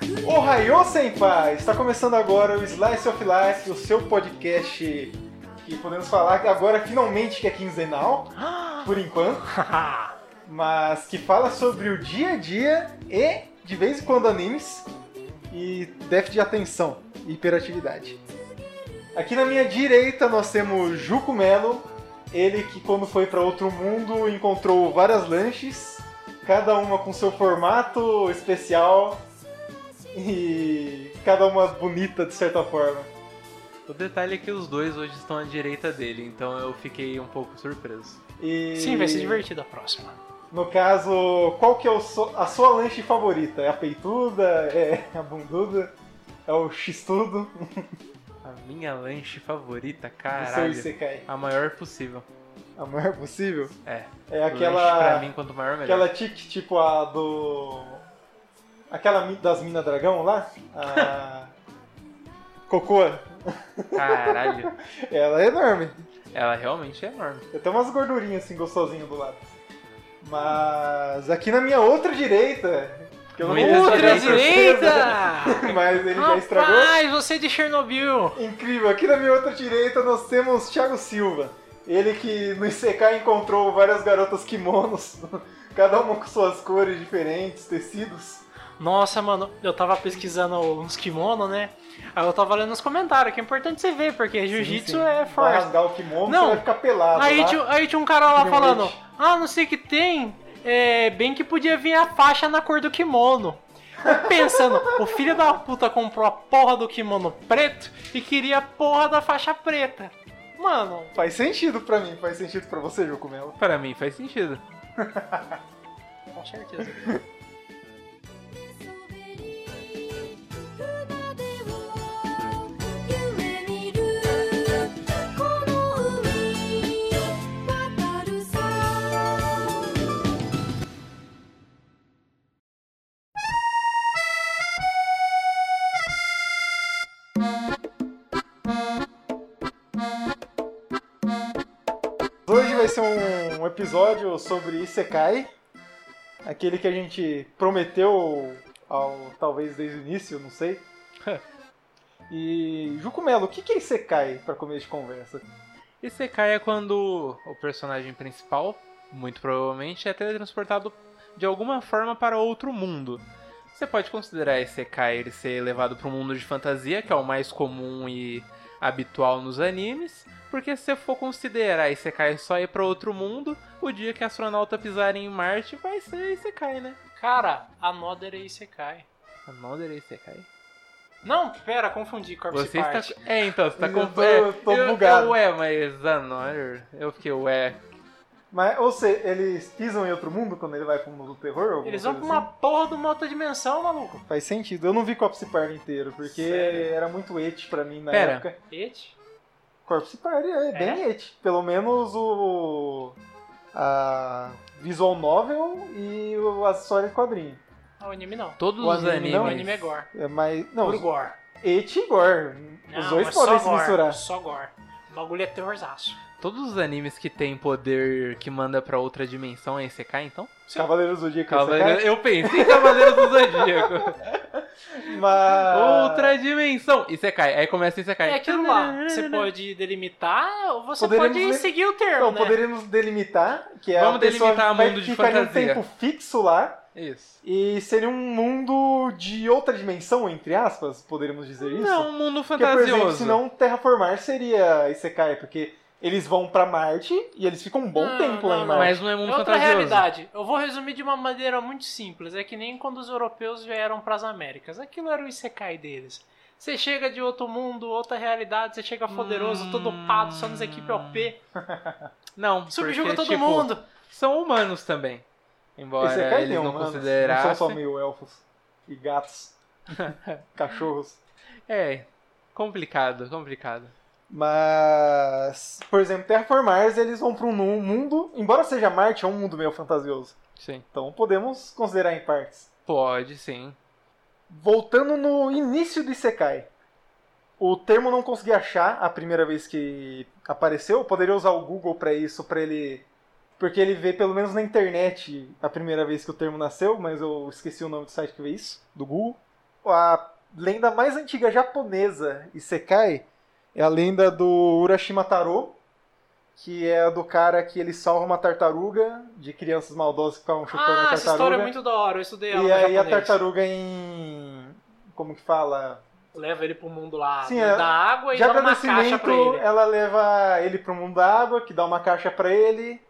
Senpai ou Senpai! Está começando agora o Slice of Life, o seu podcast que podemos falar agora finalmente que é quinzenal, por enquanto, mas que fala sobre o dia a dia e, de vez em quando, animes e déficit de atenção e hiperatividade. Aqui na minha direita nós temos Juco Melo, ele que quando foi para outro mundo encontrou várias lanches, cada uma com seu formato especial e cada uma bonita de certa forma. O detalhe é que os dois hoje estão à direita dele, então eu fiquei um pouco surpreso. E, Sim, vai ser divertido a próxima. No caso, qual que é o so- a sua lanche favorita? É a peituda? É a bunduda? É o x-tudo? A minha lanche favorita, O seu caralho. Isekai? A maior possível. A maior possível? É. É Lanche pra aquela... mim, quanto maior, melhor. Aquela tique, tipo a do. Aquela mi- das Minas Dragão lá? A. Cocoa. Caralho. Ela é enorme. Ela realmente é enorme. Tem até umas gordurinhas assim gostosinhas do lado. Mas aqui na minha outra direita. Que eu não Muita vou mostrar Outra Outra com certeza, direita! Mas ele já estragou. Rapaz, você de Chernobyl! Incrível, aqui na minha outra direita nós temos Thiago Silva. Ele que no ICK encontrou várias garotas kimonos, cada uma com suas cores diferentes, tecidos. Nossa, mano, eu tava pesquisando uns kimono, né? Aí eu tava lendo nos comentários, que é importante você ver, porque jiu-jitsu sim. é Vai força. rasgar o kimono, Não. você vai ficar pelado. Aí lá. tinha, aí tinha um cara lá Realmente. falando, ah, não sei o que tem, é, bem que podia vir a faixa na cor do kimono. Eu Pensando, o filho da puta comprou a porra do kimono preto e queria a porra da faixa preta. Mano, Faz sentido pra mim, faz sentido pra você, João Melo. Para mim faz sentido. com certeza. 「滑り船でを夢見る」「この海渡るさ」 Hoje vai ser um, um episódio sobre Isekai, aquele que a gente prometeu, ao, talvez desde o início, não sei. E, Juco Melo, o que que é Isekai, pra começo de conversa? E Sekai é quando o personagem principal, muito provavelmente, é teletransportado de alguma forma para outro mundo. Você pode considerar Isekai ele ser levado para o mundo de fantasia, que é o mais comum e habitual nos animes, porque se você for considerar Isekai só ir para outro mundo, o dia que astronauta pisar em Marte vai ser Isekai, né? Cara, Another Isekai. Another Isekai. Não, pera, confundi Corpse Você está... Party. É, então, você está Eu com... tô- eu tô bugado. Eu, ué, mas Another... Eu fiquei, ué... Mas, ou seja, eles pisam em outro mundo quando ele vai pro mundo do terror? alguma Eles vão pra coisa uma assim? porra de uma outra dimensão, maluco. Faz sentido, eu não vi Corpse Party inteiro, porque Sério? era muito et pra mim na Pera. época. It? Corpse Party é, bem et. Pelo menos o. A visual novel e o- as histórias em quadrinho. Ah, o anime não. Todos O os anime animes... não? O anime é gore. É, mas. Não, Puro gore. et e Gore. Os Não, dois é podem só se gore, misturar. Só gore. O bagulho é terrorzaço. Todos os animes que tem poder que manda pra outra dimensão é SK, então? Cavaleiros do Dia Cavaleiro- Eu pensei em Cavaleiros do Zodíaco. Mas. Outra dimensão. ICK. Aí começa ICK. É aquilo lá. Você pode delimitar ou você Poderíamos pode ver- seguir o termo, Então, né? poderíamos delimitar, que é Vamos a pessoa delimitar que vai mundo de ficar em um fantasia. tempo fixo lá. Isso. E seria um mundo de outra dimensão, entre aspas, poderíamos dizer isso? Não, um mundo porque, é por exemplo, fantasioso. se não terraformar seria Isekai, porque eles vão pra Marte e eles ficam um bom Não, tempo lá não, em não. Marte. Mas não é mundo É outra fantasioso. realidade. Eu vou resumir de uma maneira muito simples. É que nem quando os europeus vieram pras Américas. Aquilo era o Isekai deles. Você chega de outro mundo, outra realidade, você chega poderoso, todo Hum. pado, só nos equipe OP, Não, subjuga porque, todo tipo, mundo. São humanos também. Embora é Isekai eles tem não humanos, considerassem. não são só meio elfos e gatos, cachorros. É, complicado, complicado. Mas, por exemplo, terraformar eles vão pra um nu- mundo, embora seja Marte, é um mundo meio fantasioso. Sim. Então podemos considerar em partes. Pode, sim. Voltando no início do Isekai. O termo eu não consegui achar a primeira vez que apareceu. Eu poderia usar o Google pra isso, para ele. Porque ele vê, pelo menos na internet, a primeira vez que o termo nasceu, mas eu esqueci o nome do site que vê isso, do Google. A lenda mais antiga japonesa, Isekai, é a lenda do Urashima Taro, que é a do cara que ele salva uma tartaruga de crianças maldosas que ficavam chutando a Ah, tartaruga. essa história é muito da hora, eu estudei ela E no aí a japonês. tartaruga em. Como que fala? Leva ele pro mundo lá né, Sim, é- da água e De joga uma caixa pra agradecimento, é, ele. ela leva ele pro mundo da água, que dá uma caixa pra ele,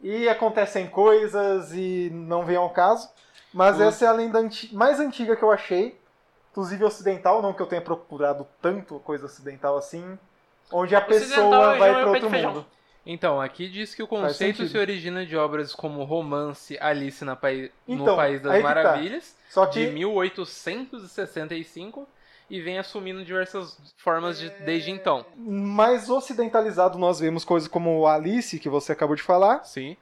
e acontecem coisas e não vem ao caso. Mas Hum. essa é a lenda anti- mais antiga que eu achei, inclusive ocidental, não que eu tenha procurado tanto coisa ocidental assim, onde a Ocidental pessoa vai é João pra e outro Pedro Feijão. mundo. Então, aqui diz que o Faz conceito sentido. se origina de obras como Romance Alice na Pai- no Então, País das aí que tá. Maravilhas, Só de que 1865, e vem assumindo diversas formas de- desde então. mais ocidentalizado nós vemos coisas como Alice, que você acabou de falar. Sim.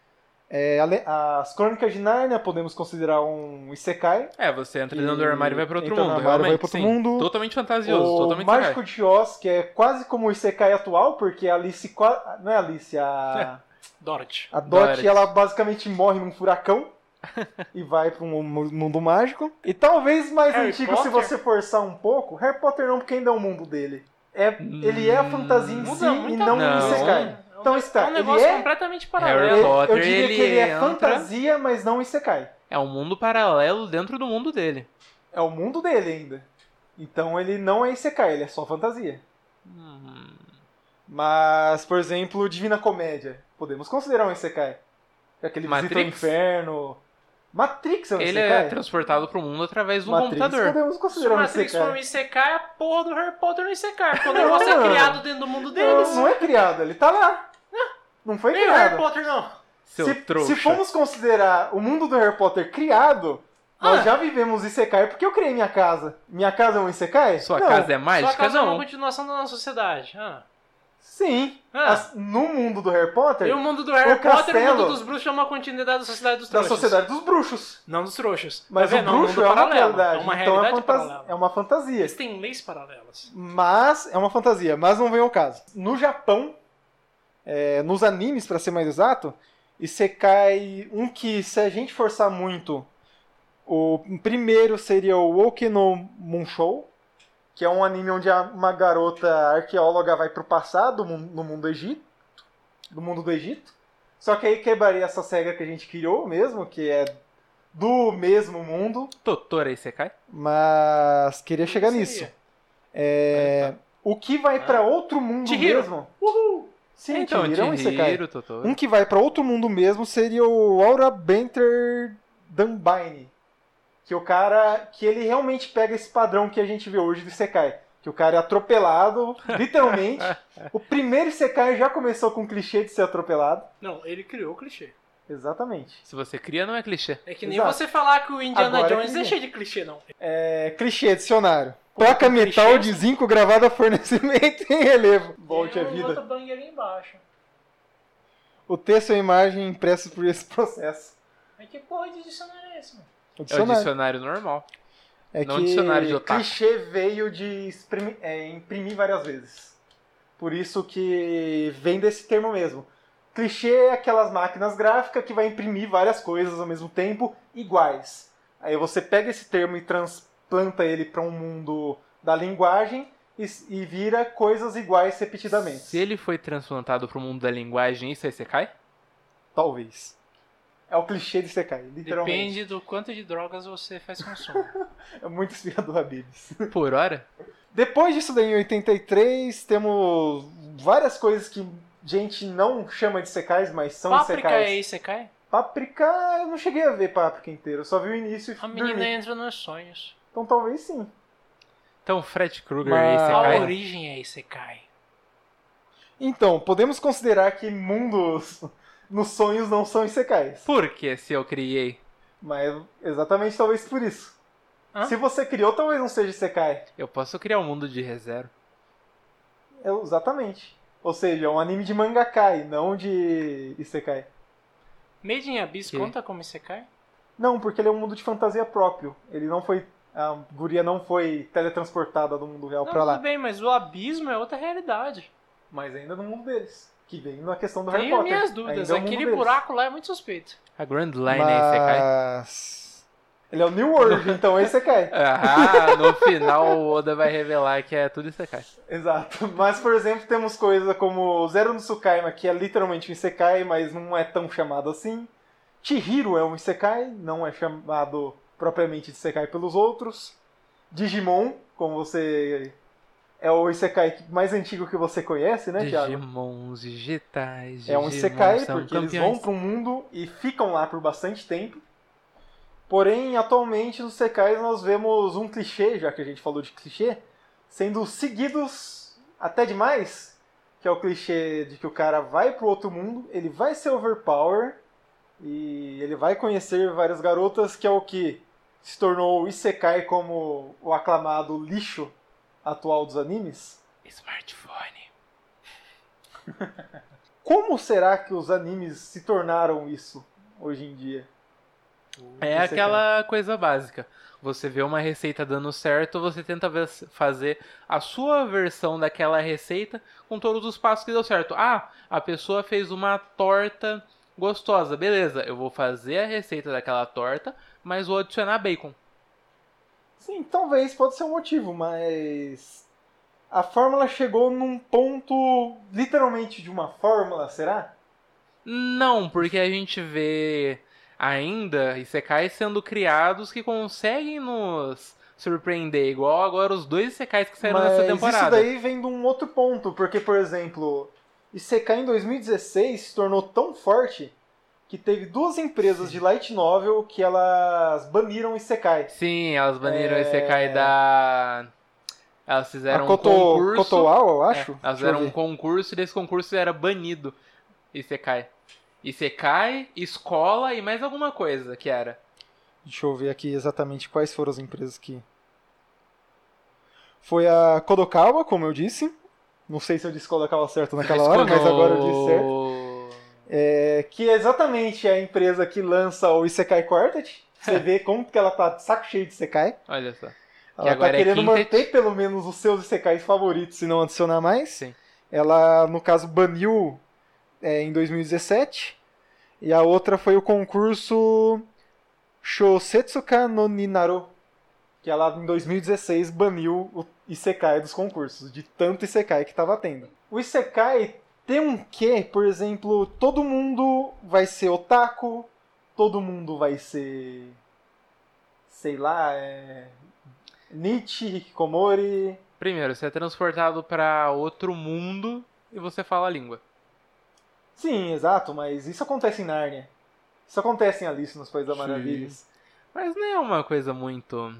É, a le- as Crônicas de Nárnia podemos considerar um Isekai. É, você entra E- dentro do armário e vai pra outro entra no mundo, armário, realmente. vai pra outro sim. mundo. Totalmente fantasioso, O totalmente Mágico sacanagem. de Oz, que é quase como o Isekai atual, porque a Alice. qua- Não é a Alice, a, Dorothy. a Dot, Dorothy. ela basicamente morre num furacão e vai para um mu- mundo mágico. E talvez mais Harry antigo, se Potter? você forçar um pouco, Harry Potter não, porque ainda é o mundo dele. É, ele é a fantasia em si Hum, Muda e muita não coisa. um Isekai. É um- Então É está, um ele negócio é. completamente Harry ele- paralelo. Potter. eu diria ele que ele é entra- fantasia, mas não um Isekai. É um mundo paralelo dentro do mundo dele. É o mundo dele ainda. Então ele não é Isekai, ele é só fantasia. Hum, Mas, por exemplo, Divina Comédia. Podemos considerar um Isekai. É Aquele visita ao Matrix? inferno. Matrix é um ele é Isekai. transportado pro mundo através do Matrix computador. podemos Se considerar o um Matrix for um Isekai. ICK, é a porra do Harry Potter no ICK. Porque o negócio é criado dentro do mundo deles. Não, não é criado, ele tá lá. Não foi Nem o Harry criado. Potter, não. Seu Se, trouxa. se formos considerar o mundo do Harry Potter criado, nós Ah. já vivemos Isekai porque eu criei minha casa. Minha casa é um Isekai? Sua Não. casa é Só mágica? causa um. uma Não. continuação da nossa sociedade. Ah. é- Sim. Ah. As- no mundo do Harry Potter, E o mundo do Harry O Potter e o castelo- mundo dos bruxos é uma continuidade da sociedade dos da trouxas. Sociedade dos Bruxos. Não dos trouxas. Mas tá o vendo? um bruxo mundo é uma paralelo. realidade. É uma então é, realidade fantas- é paralela. uma fantasia. Eles têm leis paralelas. Mas é uma fantasia, mas não vem ao caso. No Japão, é, nos animes, pra ser mais exato, Isekai, um que se a gente forçar muito, o primeiro seria o Okino Munshou, que é um anime onde a- uma garota arqueóloga vai pro passado, mu- no mundo do Egito, do mundo do Egito. Só que aí quebraria essa regra que a gente criou mesmo, que é do mesmo mundo, Doutora Isekai? mas queria chegar Seria. nisso. É, o que vai pra outro mundo Chihiro. mesmo? Uhul! Sim, então, Chihiro é um Isekai. Chihiro, Totoro. Um que vai pra outro mundo mesmo seria o Aura Benter Dambaine. Que o cara. Que ele realmente pega esse padrão que a gente vê hoje do Isekai. Que o cara é atropelado, literalmente. o primeiro Isekai já começou com o clichê de ser atropelado. Não, ele criou o clichê. Exatamente. Se você cria, não é clichê. É que nem Exato. você falar que o Indiana Agora Jones que- é cheio de clichê, não. É, clichê, dicionário. Placa metal de zinco gravada a fornecimento em relevo. Volte à Tem um vida. outro bang ali embaixo. O texto e a imagem impressos por esse processo. Mas que porra de dicionário é esse, mano? O É o dicionário. dicionário normal. É Não que dicionário de otaku. clichê veio de exprimi- é, imprimir várias vezes. Por isso que vem desse termo mesmo. Clichê é aquelas máquinas gráficas que vai imprimir várias coisas ao mesmo tempo, iguais. Aí você pega esse termo e transplanta ele para um mundo da linguagem e, s- e vira coisas iguais repetidamente. Se ele foi transplantado pro mundo da linguagem, isso é Isekai? Talvez. É o clichê de Sekai, literalmente. Depende do quanto de drogas você faz consumo. É muito inspirador, Habibs. Por hora? Depois disso daí, em 83, temos várias coisas que gente não chama de secais, mas são Páprica é secais. Isekai? Páprica, eu não cheguei a ver páprica inteira, eu só vi o início e A dormi. menina é- entra nos sonhos. Então talvez sim. Então, Fred Krueger Mas- é A Isekai? origem é Isekai. Então, podemos considerar que mundos nos sonhos não são secais. Por que se eu criei? Mas exatamente talvez por isso. Hã? Se você criou, talvez não seja secai. Eu posso criar um mundo de reserva. É, Exatamente. Ou seja, é um anime de mangakai, não de isekai. Made in Abyss Que? conta como Isekai? Então Não, porque ele é um mundo de fantasia próprio. Ele não foi. A guria não foi teletransportada do mundo real Não, pra lá. tudo bem, mas o abismo é outra realidade. Mas ainda no mundo deles. Que vem na questão do Harry Tenho Potter. minhas dúvidas. é Ainda é o mundo Aquele deles. buraco lá é muito suspeito. A Grand Line é Isekai? Mas... Ele é o New World, então esse Isekai. Ah, no final o Oda vai revelar que é tudo Isekai. Exato. Mas, por exemplo, temos coisa como Zero no Tsukaima, que é literalmente um Isekai, mas não é tão chamado assim. Chihiro é um Isekai, não é chamado propriamente de Isekai pelos outros. Digimon, como você. É o Isekai mais antigo que você conhece, né, Thiago? Digimons digitais. É um Digimons Isekai, são porque eles campeões. vão para um mundo e ficam lá por bastante tempo. Porém, atualmente nos Isekais nós vemos um clichê, já que a gente falou de clichê, sendo seguidos até demais, que é o clichê de que o cara vai pro outro mundo, ele vai ser overpower e ele vai conhecer várias garotas, que é o que se tornou o Isekai como o aclamado lixo atual dos animes. Smartphone. Como será que os animes se tornaram isso hoje em dia? É Você aquela coisa básica. Você vê uma receita dando certo, você tenta ver- fazer a sua versão daquela receita com todos os passos que deu certo. Ah, a pessoa fez uma torta gostosa. Beleza, eu vou fazer a receita daquela torta, mas vou adicionar bacon. Sim, talvez pode ser um motivo, mas a fórmula chegou num ponto literalmente de uma fórmula, será? Não, porque a gente vê ainda Isekais sendo criados que conseguem nos surpreender, igual agora os dois Isekais que saíram Mas nessa temporada. isso daí vem de um outro ponto, porque, por exemplo, Isekai em 2016 se tornou tão forte que teve duas empresas de light novel que elas baniram Isekai. Sim, elas baniram É. esse Isekai da. Elas fizeram a um Koto, concurso. Kotoal, eu É, acho. elas Deixa eu fizeram um ver. concurso e desse concurso era banido Isekai. Isekai, escola e mais alguma coisa que era. Deixa eu ver aqui exatamente quais foram as empresas que. Foi a Kodokawa, como eu disse. Não sei se eu disse Kodokawa certo naquela hora, mas agora eu disse certo. É, que é exatamente a empresa que lança o Isekai Quartet. Você vê como que ela tá de saco cheio de Isekai. Olha só. Ela tá agora é querendo Quintet. manter pelo menos os seus Isekais favoritos e não adicionar mais. Sim. Ela, no caso, baniu é, em 2017. E a outra foi o concurso Shosetsuka no Ninaro. Que ela, em 2016, baniu o Isekai dos concursos, de tanto Isekai que estava tendo. O Isekai tem um quê, por exemplo, todo mundo vai ser otaku, todo mundo vai ser. sei lá, é. Nietzsche, Hikikomori. Primeiro, você é transportado pra outro mundo e você fala a língua. Sim, exato, mas isso acontece em Nárnia. Isso acontece em Alice nos Países das Sim. Maravilhas. Mas não é uma coisa muito.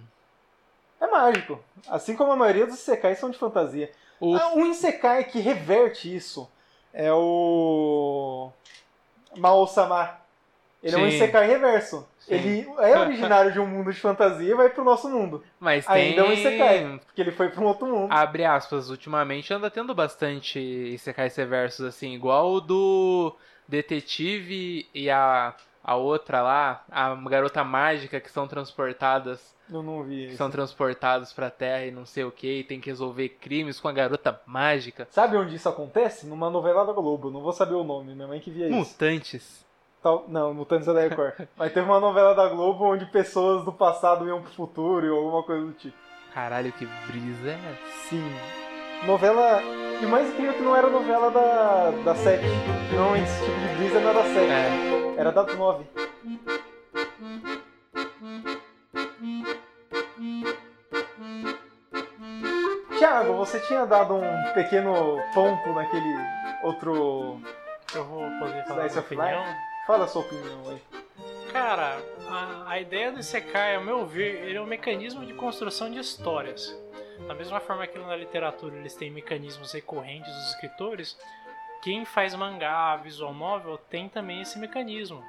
É mágico. Assim como a maioria dos Isekais são de fantasia. O- Ah, Um Isekai que reverte isso é o. Mao-sama. Ele é um Sim. Isekai reverso. Sim. Ele é originário de um mundo de fantasia e vai pro nosso mundo. Mas tem. Ainda é um Isekai. Porque ele foi pra um outro mundo. abre aspas, ultimamente anda tendo bastante Isekai Reversos, assim, igual o do Detetive e a, a outra lá, a Garota Mágica, que são transportadas, Eu não vi que isso. são transportados pra Terra e não sei o que, e tem que resolver crimes com a Garota Mágica. Sabe onde isso acontece? Numa novela da Globo. Não vou saber o nome, minha mãe que via Hum. isso. Mutantes. Tal- não, Mutantes é da Record. Mas teve uma novela da Globo onde pessoas do passado iam pro futuro e alguma coisa do tipo. Caralho, que brisa é essa? Sim. Novela. E o mais incrível é que não era novela da, da 7. Não, esse tipo de brisa não era da 7. É, Era da 9. Tiago, você tinha dado um pequeno ponto naquele outro. Eu vou poder Slice falar essa of opinião. Fala a sua opinião aí. Cara, a, a ideia do Isekai, ao meu ver, ele é um mecanismo de construção de histórias. Da mesma forma que na literatura eles têm mecanismos recorrentes dos escritores, quem faz mangá, visual novel, tem também esse mecanismo.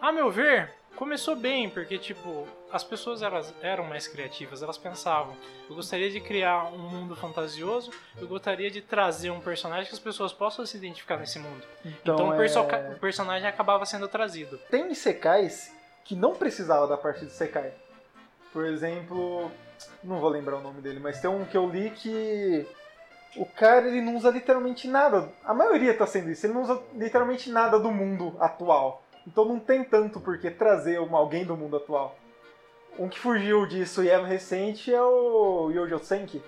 A meu ver, começou bem, porque tipo, as pessoas elas eram mais criativas, elas pensavam, eu gostaria de criar um mundo fantasioso, eu gostaria de trazer um personagem que as pessoas possam se identificar nesse mundo. Então, o, é- perso- o personagem acabava sendo trazido. tem Isekais que não precisava da parte de Isekai. Por exemplo, não vou lembrar o nome dele, mas tem um que eu li que o cara ele não usa literalmente nada. A maioria tá sendo isso, ele não usa literalmente nada do mundo atual. Então não tem tanto por que trazer uma, alguém do mundo atual. Um que fugiu disso e é recente é o Yojo Senki,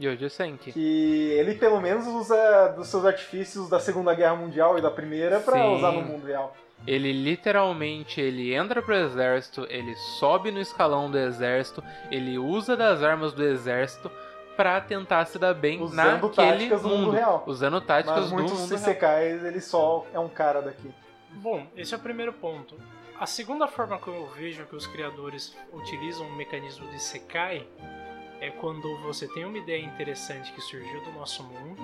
Yojo Senki. que ele pelo menos usa dos seus artifícios da Segunda Guerra Mundial e da Primeira pra Sim. usar no mundo real. Ele literalmente ele entra pro exército, ele sobe no escalão do exército, ele usa das armas do exército pra tentar se dar bem Usando naquele táticas do mundo mundo, real. usando Mas táticas do muitos mundo real. Isekais, ele só é um cara daqui. Bom, esse é o primeiro ponto. A segunda forma que eu vejo que os criadores utilizam o mecanismo de Sekai é quando você tem uma ideia interessante que surgiu do nosso mundo,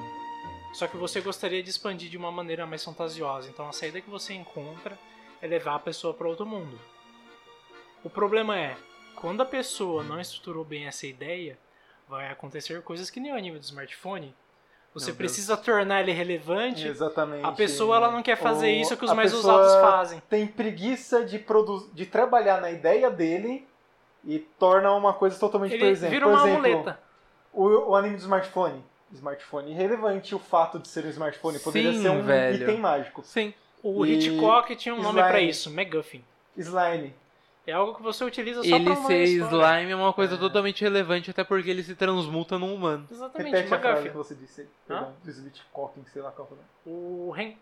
só que você gostaria de expandir de uma maneira mais fantasiosa. Então a saída que você encontra é levar a pessoa para outro mundo. O problema é, quando a pessoa não estruturou bem essa ideia, vai acontecer coisas que nem o anime do smartphone. Você Meu Deus. precisa tornar ele relevante Exatamente. a pessoa ela não quer fazer Ou isso que os a mais pessoa usados fazem. Tem preguiça de, produ... de trabalhar na ideia dele e torna uma coisa totalmente, por Ele exemplo, vira por uma exemplo, amuleta. O, o anime do smartphone. Smartphone irrelevante o fato de ser um smartphone. Poderia Sim, ser um velho. item mágico. Sim, O e Hitchcock tinha um nome slime. pra isso, MacGuffin. Slime. É algo que você utiliza só né? pra ele uma ser história. slime é uma coisa totalmente relevante até porque ele se transmuta num humano. Exatamente, Repete a frase que MacGuffin. você disse. Hã? Perdão, Do Hitchcock, sei lá qual é foi. O Ren...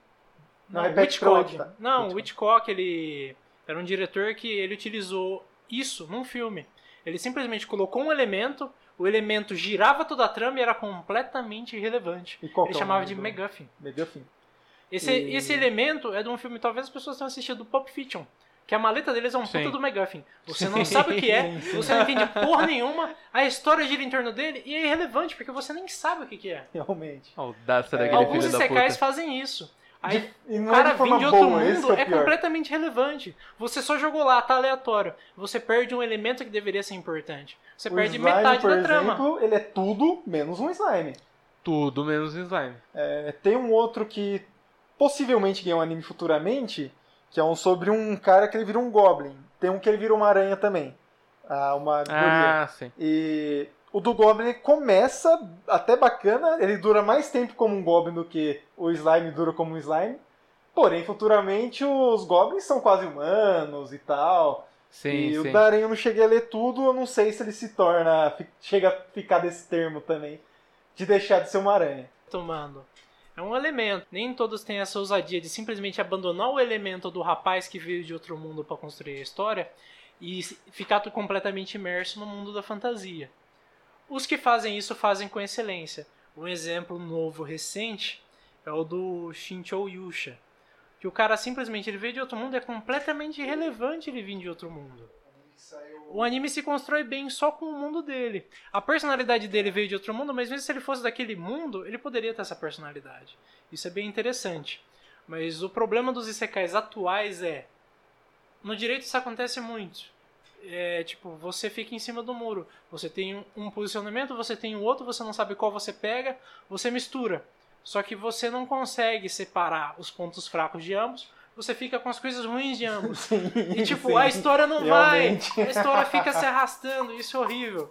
Não, Não, o repete pra onde Hitchcock. tá. Não, o Hitchcock, ele era um diretor que ele utilizou isso num filme. Ele simplesmente colocou um elemento, o elemento girava toda a trama e era completamente irrelevante. E qual Ele que é o chamava nome de do- MacGuffin. MacGuffin. Esse, E- esse elemento é de um filme, talvez as pessoas tenham assistido, do Pop Fiction. Que a maleta deles é um Sim. puta do MacGuffin. Você Sim. não sabe o que é, Sim, sim. você não entende porra nenhuma, a história gira em torno dele e é irrelevante, porque você nem sabe o que, que é. Realmente. A audácia É, daquele Alguns filho da puta. secais fazem isso. Aí E o não é cara de forma vem de outro boa, esse que mundo, é é o pior. completamente irrelevante. Você só jogou lá, tá aleatório. Você perde um elemento que deveria ser importante. Você O perde slime, metade por da trama. exemplo, ele é tudo menos um slime. Tudo menos slime. É, Tem um outro que possivelmente ganha um anime futuramente, que é um sobre um cara que ele vira um goblin. Tem um que ele vira uma aranha também. Ah, uma guria. Ah, sim. E o do Goblin ele começa até bacana, ele dura mais tempo como um Goblin do que o Slime dura como um Slime. Porém, futuramente os Goblins são quase humanos e tal. e Sim, o sim. Darren eu não cheguei a ler tudo, eu não sei se ele se torna, fi- chega a ficar desse termo também, de deixar de ser uma aranha. Tomando. É um elemento. Nem todos têm essa ousadia de simplesmente abandonar o elemento do rapaz que veio de outro mundo pra construir a história e s- ficar tu- completamente imerso no mundo da fantasia. Os que fazem isso fazem com excelência. Um exemplo novo recente é o do Shinchou Yusha, que o cara simplesmente ele veio de outro mundo é completamente irrelevante ele vir de outro mundo. O anime se constrói bem só com o mundo dele. A personalidade dele veio de outro mundo, mas mesmo se ele fosse daquele mundo, ele poderia ter essa personalidade. Isso é bem interessante. Mas o problema dos isekais atuais é. No direito isso acontece muito. É tipo, você fica em cima do muro. Você tem um- um posicionamento, você tem o outro, você não sabe qual você pega, você mistura. Só que você não consegue separar os pontos fracos de ambos, você fica com as coisas ruins de ambos. Sim, E tipo, sim. a história não realmente. vai. A história fica se arrastando, isso é horrível.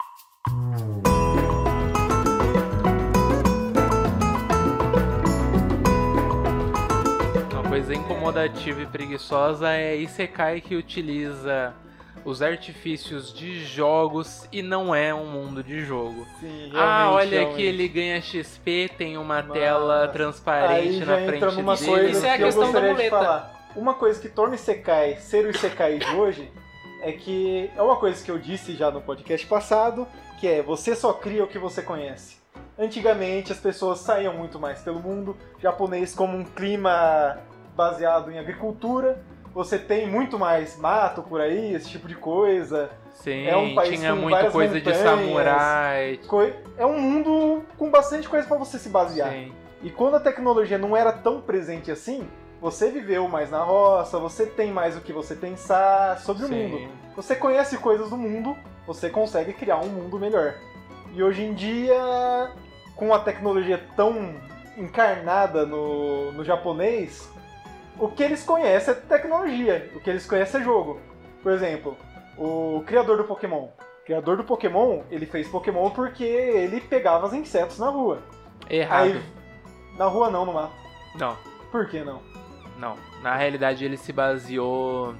Uma coisa incomodativa e preguiçosa é Isekai que utiliza os artifícios de jogos e não é um mundo de jogo. Sim, Ah, realmente, olha realmente. que ele ganha XP, tem uma Mas tela Aí transparente já na entra frente numa dele. coisa Isso é a que eu questão da gostaria de muleta. falar. Uma coisa que torna o Isekai ser o Isekai de hoje é que é uma coisa que eu disse já no podcast passado, que é você só cria o que você conhece. Antigamente as pessoas saíam muito mais pelo mundo, japonês como um clima baseado em agricultura, você tem muito mais mato por aí, esse tipo de coisa. Sim, É um país tinha com muita várias coisa de montanhas. samurai. Coi- É um mundo com bastante coisa pra você se basear. Sim. E quando a tecnologia não era tão presente assim, você viveu mais na roça, você tem mais o que você pensar sobre o mundo. Sim. Você conhece coisas do mundo, você consegue criar um mundo melhor. E hoje em dia, com a tecnologia tão encarnada no, no japonês, o que eles conhecem é tecnologia, o que eles conhecem é jogo. Por exemplo, o criador do Pokémon. O criador do Pokémon, ele fez Pokémon porque ele pegava os insetos na rua. Errado. Aí, na rua não, no mato. Não, Por que não? não. Na realidade ele se baseou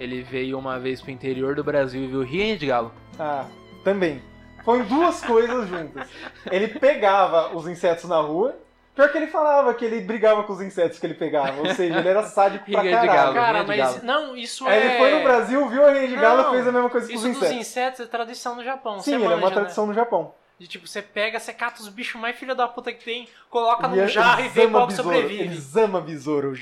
Ele veio uma vez pro interior do Brasil e viu Rinha de Galo. Ah, também. Põe duas coisas juntas. Ele pegava os insetos na rua. Pior que ele falava que ele brigava com os insetos que ele pegava. Ou seja, ele era sádico pra Rinha de caralho. galo. Rinha Cara, de mas. galo. Não, isso Aí é. ele foi no Brasil, viu a Rinha de Galo Não, e fez a mesma coisa com os Isso dos insetos. insetos é tradição no Japão. Sim, você ele é uma manja, né? tradição no Japão. De tipo, você pega, você cata os bichos mais filha da puta que tem, coloca Ele num é- jarro e vê ama qual que besouro, sobrevive. Eles amam besouro.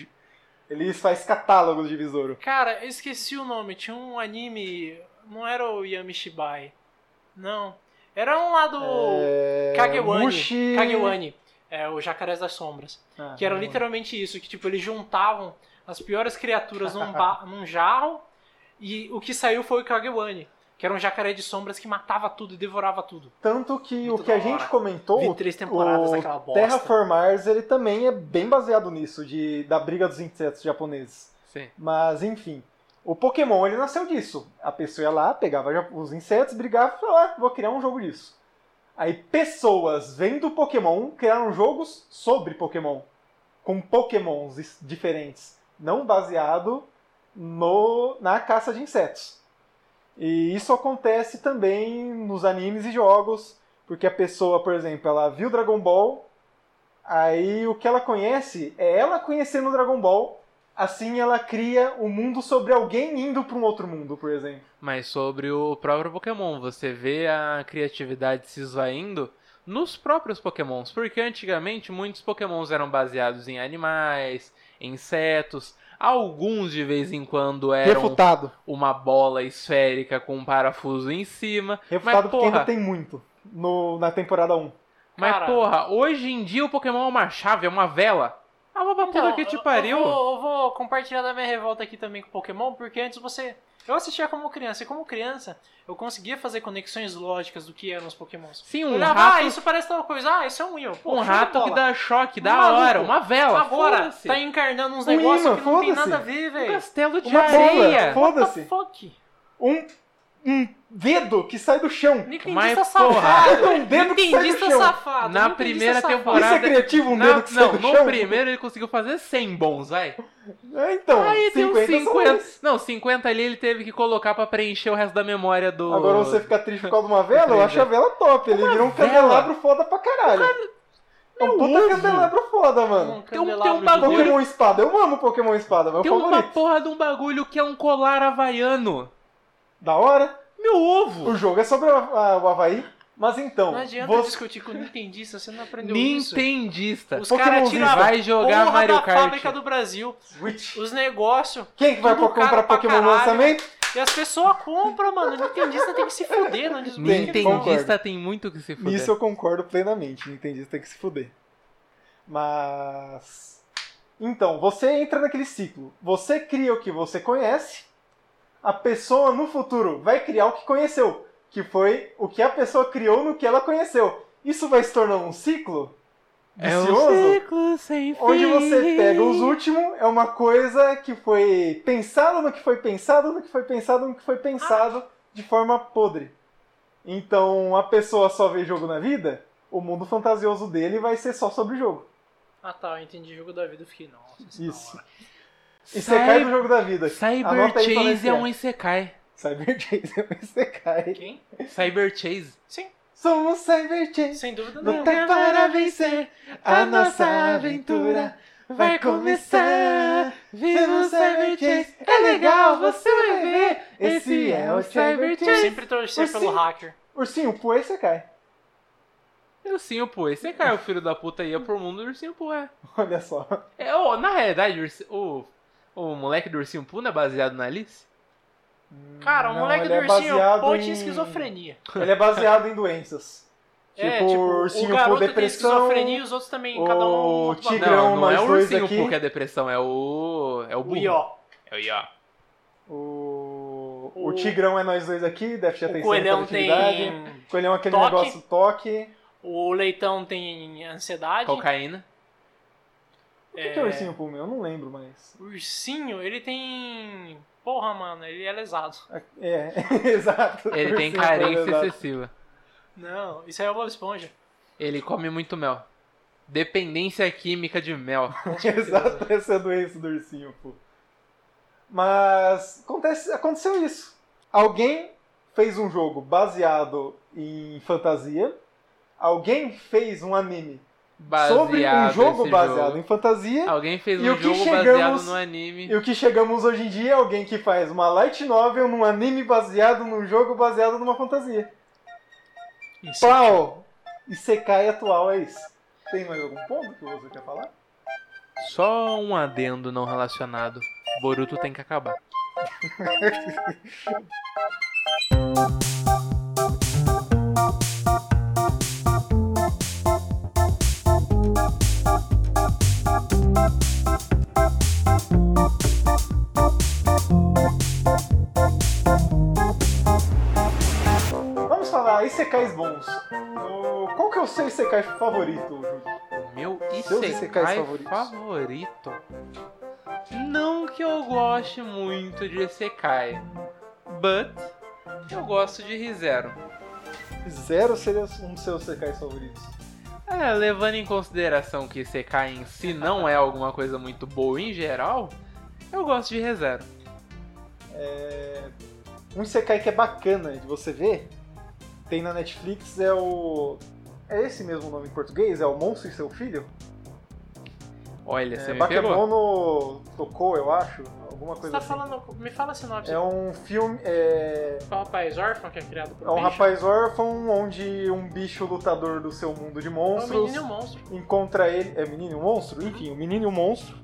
Eles faz catálogos de besouro. Cara, eu esqueci o nome. Tinha um anime. Não era o Yamishibai. Não. Era um lá do. É, Kagewani. Mushi- Kagewani. É, o Jacarés das Sombras. Ah, Que era não. literalmente isso, que tipo, eles juntavam as piores criaturas num, ba- num jarro e o que saiu foi o Kagewani, que era um jacaré de sombras que matava tudo e devorava tudo. Tanto que Muito o que a da hora. gente comentou, Vi o três temporadas o daquela bosta. Terraformars, ele também é bem baseado nisso, de, da briga dos insetos japoneses. Sim. Mas, enfim. O Pokémon, ele nasceu disso. A pessoa ia lá, pegava já- os insetos, brigava e falava, ah, vou criar um jogo disso. Aí pessoas vendo Pokémon criaram jogos sobre Pokémon. Com Pokémons is- diferentes. Não baseado no, na caça de insetos. E isso acontece também nos animes e jogos, porque a pessoa, por exemplo, ela viu Dragon Ball, aí o que ela conhece é ela conhecendo o Dragon Ball, assim ela cria o mundo sobre alguém indo para um outro mundo, por exemplo. Mas sobre o próprio Pokémon, você vê a criatividade se esvaindo nos próprios Pokémons, porque antigamente muitos Pokémons eram baseados em animais, em insetos, alguns de vez em quando eram Refutado. uma bola esférica com um parafuso em cima. Refutado mas porque ainda porra, tem muito no- na temporada 1. mas Cara. porra, hoje em dia o Pokémon é uma chave, é uma vela. Ah, vou pra puta Então, que te eu- pariu. Eu vou, eu vou compartilhar da minha revolta aqui também com Pokémon, porque antes você. Eu assistia como criança, e como criança, eu conseguia fazer conexões lógicas do que eram os Pokémons. Sim, Eu um olhava, ah, rato, isso parece tal coisa, ah, isso é um Will. Pô, um show de rato que bola. Um dá choque, da Maluco, hora, uma vela. Agora, foda-se. tá encarnando uns Um negócios imã, que não tem foda-se. nada a ver, um velho. castelo de Uma areia. bola, What foda-se. the fuck? Um, um dedo que sai do chão. Nintendista Mas, safado. porra, Um dedo que sai do Nintendista chão. Na safado. Nintendista primeira safado. Isso é temporada- criativo, um Na- dedo que sai não, do no chão? primeiro ele conseguiu fazer 100 bons, vai. É, então, Aí tem uns 50 são 50. eles. Não, 50 ali ele teve que colocar pra preencher o resto da memória do. Agora você é fica triste por causa de uma vela, eu acho a vela top. Ele virou um vela? candelabro foda pra caralho. É um Meu puta ovo. candelabro foda, Um mano. Tem um- tem um candelabro de bagulho- ouro. Pokémon Espada, eu amo Pokémon Espada, é meu Tem uma favorito. porra de um bagulho que é um colar havaiano. Da hora. Meu ovo! O jogo é sobre a- a- o Havaí. Mas então, Não adianta você- discutir com o Nintendista, você não aprendeu é isso. Nintendista. Os caras Pokémonzinho tiram a Vai jogar porra Mario da Kart. fábrica do Brasil, Switch. os negócios, Quem que vai Tudo pra caro comprar pra Pokémon no caralho. né? lançamento? e as pessoas compram, mano. O Nintendista tem que se fuder, não diz Bem, que não. concordo. Nintendista tem muito que se fuder. Nisso eu concordo plenamente. Nintendista tem que se fuder. Mas. Então, você entra naquele ciclo. Você cria o que você conhece, a pessoa no futuro vai criar o que conheceu, que foi o que a pessoa criou no que ela conheceu. Isso vai se tornar um ciclo É vicioso, um ciclo sem fim. onde você pega os últimos, é uma coisa que foi pensada no que foi pensado, no que foi pensado, no que foi pensado, de forma podre. Então a pessoa só vê jogo na vida, o mundo fantasioso dele vai ser só sobre jogo. Ah tá, eu entendi o jogo da vida, eu fiquei, nossa, isso. é da Isso. hora. E você cai do jogo da vida. Cyber Anota aí pra nós Chase é criar. um Isekai. Cyber Chase é um Isekai. Quem? Cyber Chase. Sim, Somos Cyber Chase. sem dúvida nenhuma. Lutar para vencer, a nossa aventura vai começar. Você não sabe Chase, é legal, você vai ver. Esse é o Cyber Chase. Sempre torcer Ursinho. pelo hacker. Ursinho, pô, aí você cai. E o Ursinho Poo, Isekai, é o filho da puta ia pro mundo do Ursinho Poo, é. Olha só. É, ô, na realidade, o, ursi- o, o moleque do ursinho Poo não é baseado na Alice? Cara, o Não, moleque ele do é ursinho é baseado ponte em- em esquizofrenia. Ele é baseado em doenças. é, tipo, tipo, o o ursinho por garoto tem depressão. esquizofrenia e os outros também, o cada um. um outro tigre bagulho. Tigrão, não, não nós é o dois ursinho aqui. Poo que é depressão, é o. É o O burro. Ió. É o Ió. O... O- o Tigrão é nós dois aqui, deve ter O atenção coelhão produtividade. tem. O Coelhão é aquele toque. negócio toque. O leitão tem ansiedade. Cocaína. O é? que, que é o ursinho puma? Eu não lembro mais. O ursinho, ele tem. Porra, mano, ele é lesado. É, exato. Ele tem Ursinho é Puma, carência exato. excessiva. Não, isso aí é o Bob Esponja. Ele come muito mel. Dependência química de mel. Exato, essa é a doença do ursinho, pô. Mas acontece, aconteceu isso. Alguém fez um jogo baseado em fantasia. Alguém fez um anime Baseado sobre um jogo esse baseado jogo. em fantasia. Alguém fez E um o que jogo baseado chegamos- no anime. E o que chegamos hoje em dia é alguém que faz uma light novel num anime baseado num jogo baseado numa fantasia. Isso. Pau! Isekai atual é isso. Tem mais algum ponto que você quer falar? Só um adendo não relacionado. Boruto tem que acabar. Vamos falar Isekais bons. O- Qual que é o seu Isekai favorito, Júlio? O meu Seus Isekai isekais favoritos. favorito. Não que eu goste muito de Isekai, but eu gosto de Rizero. Zero seria um dos seus Isekais favoritos. É, levando em consideração que Isekai em si não é alguma coisa muito boa em geral, eu gosto de Rizero. Um Isekai que é bacana de você ver, tem na Netflix, é o... É esse mesmo nome em português? É o Monstro e Seu Filho? Olha, você é, me pegou. Bakemono Tocou, eu acho. Alguma Você coisa tá assim. falando. Me fala a sinopse. É um filme... É... É um rapaz órfão que é criado por É um bicho. rapaz órfão onde um bicho lutador do seu mundo de É um monstros menino e um monstro. encontra ele. É menino e um monstro? Enfim, o menino e o monstro.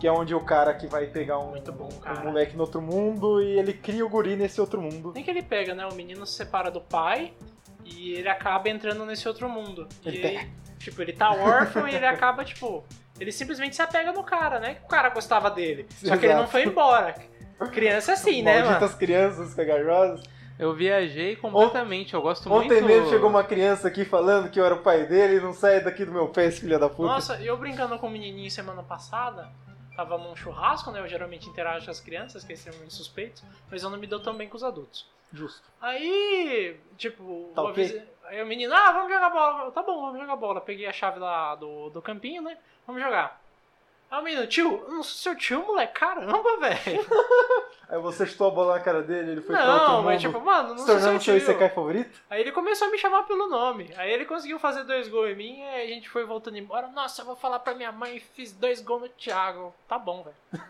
Que é onde o cara que vai pegar um, Muito bom, um cara. moleque no outro mundo e ele cria o guri nesse outro mundo. Nem que ele pega, né? O menino se separa do pai e ele acaba entrando nesse outro mundo. Ele e aí, tipo, ele tá órfão e ele acaba, tipo. Ele simplesmente se apega no cara, né? Que o cara gostava dele. Só que ele não Exato. foi embora. Criança é assim, né, Malditas mano? crianças pegajosas. Eu viajei completamente, eu gosto Ontem muito. mesmo chegou uma criança aqui falando que eu era o pai dele e não sai daqui do meu pé, esse filho da puta. Nossa, eu brincando com o menininho semana passada, tava num churrasco, né? Eu geralmente interajo com as crianças, que é extremamente suspeito, mas eu não me dou tão bem com os adultos. Justo. Aí, tipo, Tá uma ok? vez- aí o menino, ah, vamos jogar bola. Eu, Tá bom, vamos jogar bola. Peguei a chave lá do, do campinho, né? Vamos jogar. Aí o menino, tio, eu não sou seu tio, é moleque, caramba, velho. Aí você chutou a bola na cara dele, ele foi pra outro Não, mundo. mas tipo, mano, não se sou tornando seu seu tio. Isekai favorito? Aí ele começou a me chamar pelo nome. Aí ele conseguiu fazer dois gols em mim, aí a gente foi voltando embora. Nossa, eu vou falar pra minha mãe, fiz dois gols no Thiago. Tá bom, velho.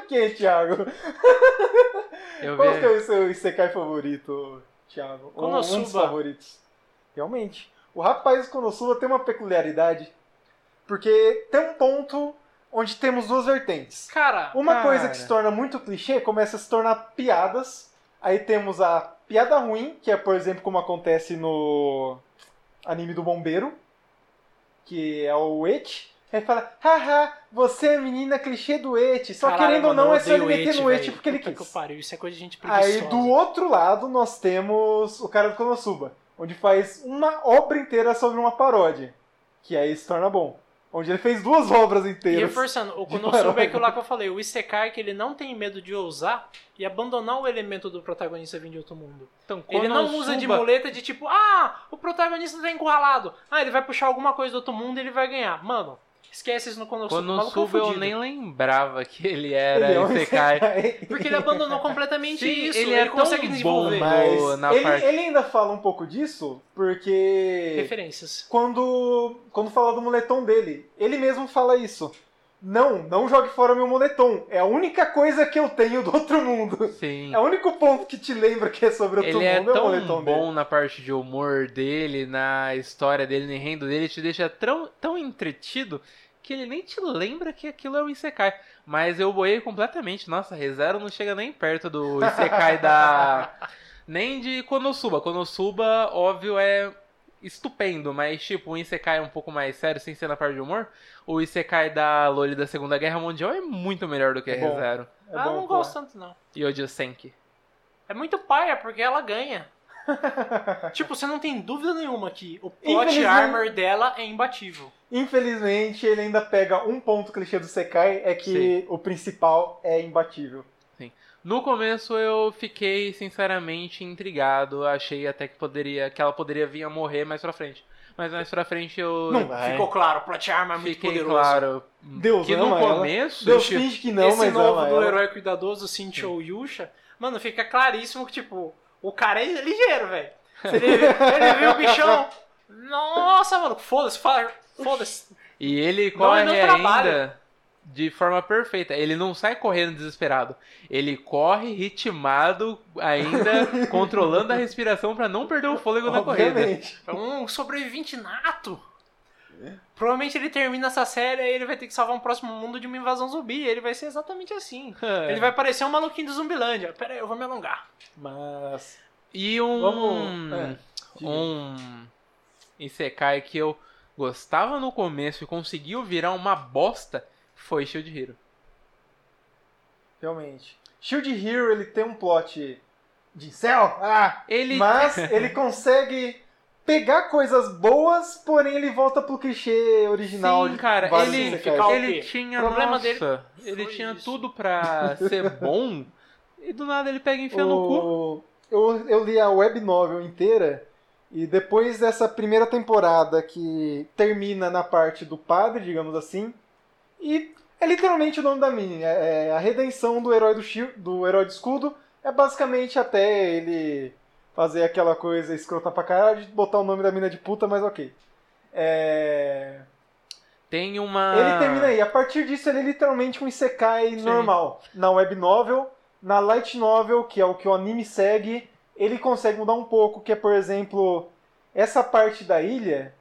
Ok, Thiago. Eu Qual que é vi... o seu Isekai favorito, Thiago? Ou Um dos Konosuba. favoritos. Realmente. O rapaz Konosuba tem uma peculiaridade, porque tem um ponto onde temos duas vertentes. Cara, Uma Cara. coisa que se torna muito clichê começa a se tornar piadas. Aí temos a piada ruim, que é, por exemplo, como acontece no anime do bombeiro, que é o Et. Aí fala, haha, você é a menina clichê do Et. Só caralho, querendo ou mano, não, eu é só ele odeio meter no Et velho. porque ele Puta que quis. pariu, isso é coisa de gente preguiçosa. Aí do outro lado nós temos o cara do Konosuba, onde faz uma obra inteira sobre uma paródia, que aí se torna bom. Onde ele fez duas obras E inteiras. reforçando, o de Konosuba é paródia. aquilo lá que eu falei, o Isekai que ele não tem medo de ousar e abandonar o elemento do protagonista vir de outro mundo. Então, ele não usa de Konosuba- muleta de tipo, ah, o protagonista tá encurralado. Ah, ele vai puxar alguma coisa do outro mundo e ele vai ganhar. Mano, esquece isso no Konosuba. o maluco é um Konosuba eu fudido. nem lembrava que ele né? era é um Isekai. Porque ele abandonou completamente Sim, isso. ele Ele, é tão consegue bom, desenvolver mano. Mas No- na ele, parte- ele ainda fala um pouco disso, porque referências. quando, quando fala do moletom dele, ele mesmo fala isso. Não, não jogue fora meu moletom. É a única coisa que eu tenho do outro mundo. Sim. É o único ponto que te lembra que é sobre outro Ele é mundo, é o tão moletom dele. bom na parte de humor dele, na história dele, no enredo dele, te deixa tão, tão entretido que ele nem te lembra que aquilo é um Isekai. Mas eu boiei completamente. Nossa, Rezero não chega nem perto do Isekai da. Nem de Konosuba. Konosuba, óbvio, é estupendo, mas tipo, o Isekai é um pouco mais sério, sem ser na parte de humor. O Isekai da Loli da Segunda Guerra Mundial é muito melhor do que É bom. Rezero. É ah, bom, eu não pô. gosto tanto, não. E Odio Senki. É muito paia, porque ela ganha. tipo, você não tem dúvida nenhuma que o plot Infelizmente- armor dela é imbatível. Infelizmente, ele ainda pega um ponto clichê do Sekai, é que o principal é imbatível. No começo eu fiquei sinceramente intrigado, achei até que poderia que ela poderia vir a morrer mais pra frente. Mas mais pra frente eu Não vai. Ficou claro, o Plot Armor é muito fiquei poderoso. é claro Deus que no ama ela. começo... Deus tipo, finge que não, Esse mas novo ama do ela. Herói Cuidadoso, Sincho Yusha, mano, fica claríssimo que, tipo, o cara é ligeiro, velho. Ele, ele viu o bichão. Nossa, mano, foda-se, fa- foda-se. E ele Não é corre meu trabalho. ainda de forma perfeita. Ele não sai correndo desesperado. Ele corre ritmado, ainda controlando a respiração pra não perder o fôlego na é corrida. Obviamente. É um sobrevivente nato. Provavelmente ele termina essa série e ele vai ter que salvar um próximo mundo de uma invasão zumbi. Ele vai ser exatamente assim. É. Ele vai parecer um maluquinho do Zumbilândia. Pera aí, eu vou me alongar. Mas. E um. Vamos- é, diga. um. Isekai que eu gostava no começo e conseguiu virar uma bosta foi Shield Hero. Realmente. Shield Hero ele tem um plot de céu, ah, Ele. mas ele consegue pegar coisas boas, porém ele volta pro clichê original. Sim, de cara, vários ele- isekais. Ficar o Ele quê? tinha. O problema nossa, dele Ele foi tinha isso. tudo pra ser bom e do nada ele pega e enfia no cu. O- Eu, eu li a web novel inteira e depois dessa primeira temporada que termina na parte do padre, digamos assim, e é literalmente o nome da mini. É, é a redenção do herói do, shi- do herói de escudo é basicamente até ele fazer aquela coisa escrota pra caralho de botar o nome da mina de puta, mas ok. É, Tem uma. Ele termina aí. A partir disso, ele é literalmente um Isekai Ah. Sim. normal. Na web novel, na light novel, que é o que o anime segue, ele consegue mudar um pouco, que é, por exemplo, essa parte da ilha,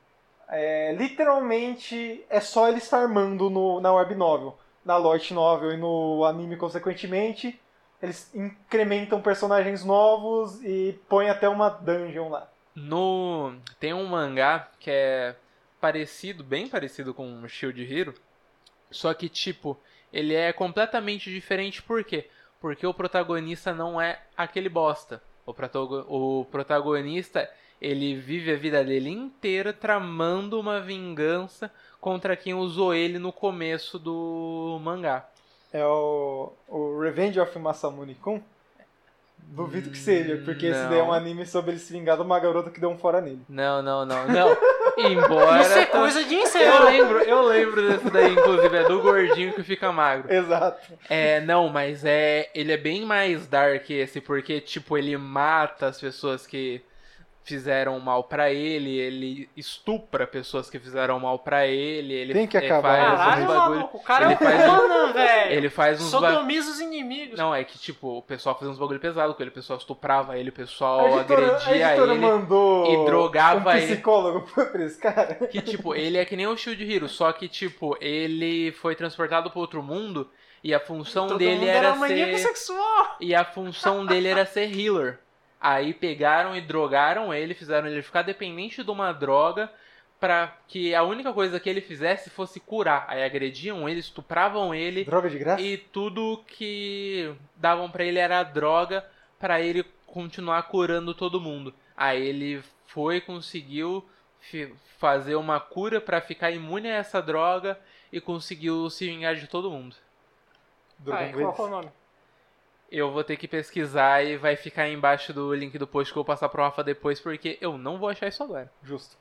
é, literalmente é só ele farmando no, na web novel. Na light novel e no anime, consequentemente, eles incrementam personagens novos e põem até uma dungeon lá. No. Tem um mangá que é parecido, bem parecido com o Shield Hero. Só que, tipo, ele é completamente diferente por quê? Porque o protagonista não é aquele bosta. O, protago- o protagonista, ele vive a vida dele inteira tramando uma vingança contra quem usou ele no começo do mangá. É o, o Revenge of Masamune Kun? Duvido que seja, porque esse Não. daí é um anime sobre ele se vingar de uma garota que deu um fora nele. Não, não, não, não. Embora. Isso é tam- coisa de tá. Eu encerro. lembro, eu lembro desse daí, inclusive, é do gordinho que fica magro. Exato. É, não, mas é. Ele é bem mais dark esse, porque, tipo, ele mata as pessoas que fizeram mal pra ele, ele estupra pessoas que fizeram mal pra ele, ele Tem que ele acabar faz essa uns Caralho, bagulho. maluco. O cara Ele é um faz- Conan, velho. Ele faz uns bagulho. Sodomiza os inimigos. Não, é que, tipo, o pessoal fazia uns bagulho pesado com ele, o pessoal estuprava ele, o A pessoal editora, a agredia editora ele. mandou e drogava um ele. psicólogo pra esse cara. Que, tipo, ele é que nem o Shield Hero, só que, tipo, ele foi transportado para outro mundo e a função Todo dele mundo um era, era ser. maníaco sexual. E a função dele era ser healer. Aí pegaram e drogaram ele, fizeram ele ficar dependente de uma droga pra que a única coisa que ele fizesse fosse curar. Aí agrediam ele, estupravam ele Droga de graça? e tudo que davam pra ele era droga pra ele continuar curando todo mundo. Aí ele foi, conseguiu fi- fazer uma cura pra ficar imune a essa droga e conseguiu se vingar de todo mundo. Droga Ai, qual que é o inglesa. nome? Eu vou ter que pesquisar e vai ficar aí embaixo do link do post que eu vou passar pro Rafa depois, porque eu não vou achar isso agora. Justo.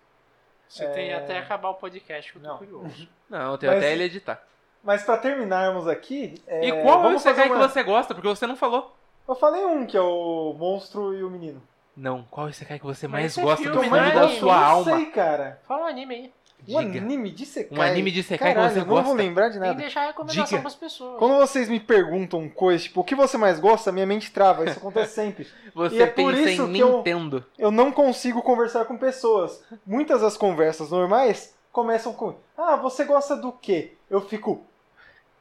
Você tem até acabar o podcast, que eu tô Não. curioso. Não, eu tenho Mas- até ele editar. Mas pra terminarmos aqui. é, e qual é o vamos fazer Isekai uma- que você gosta? Porque você não falou. Eu falei um, que é o monstro e o menino. Não, qual Isekai que você Mas mais esse gosta filme, do fundo né? da eu sua não alma? sei, cara. Fala um anime aí. Um Diga. anime de Sekai. Um anime de Isekai que Caralho, você eu não gosta. vou lembrar de Tem que nada. deixar a recomendação Diga. pras pessoas. Quando vocês me perguntam coisas, tipo, o que você mais gosta, minha mente trava, isso acontece sempre. Você E é por pensa em isso que eu- Nintendo. Eu não consigo conversar com pessoas. Muitas das conversas normais começam com: Ah, você gosta do quê? Eu fico.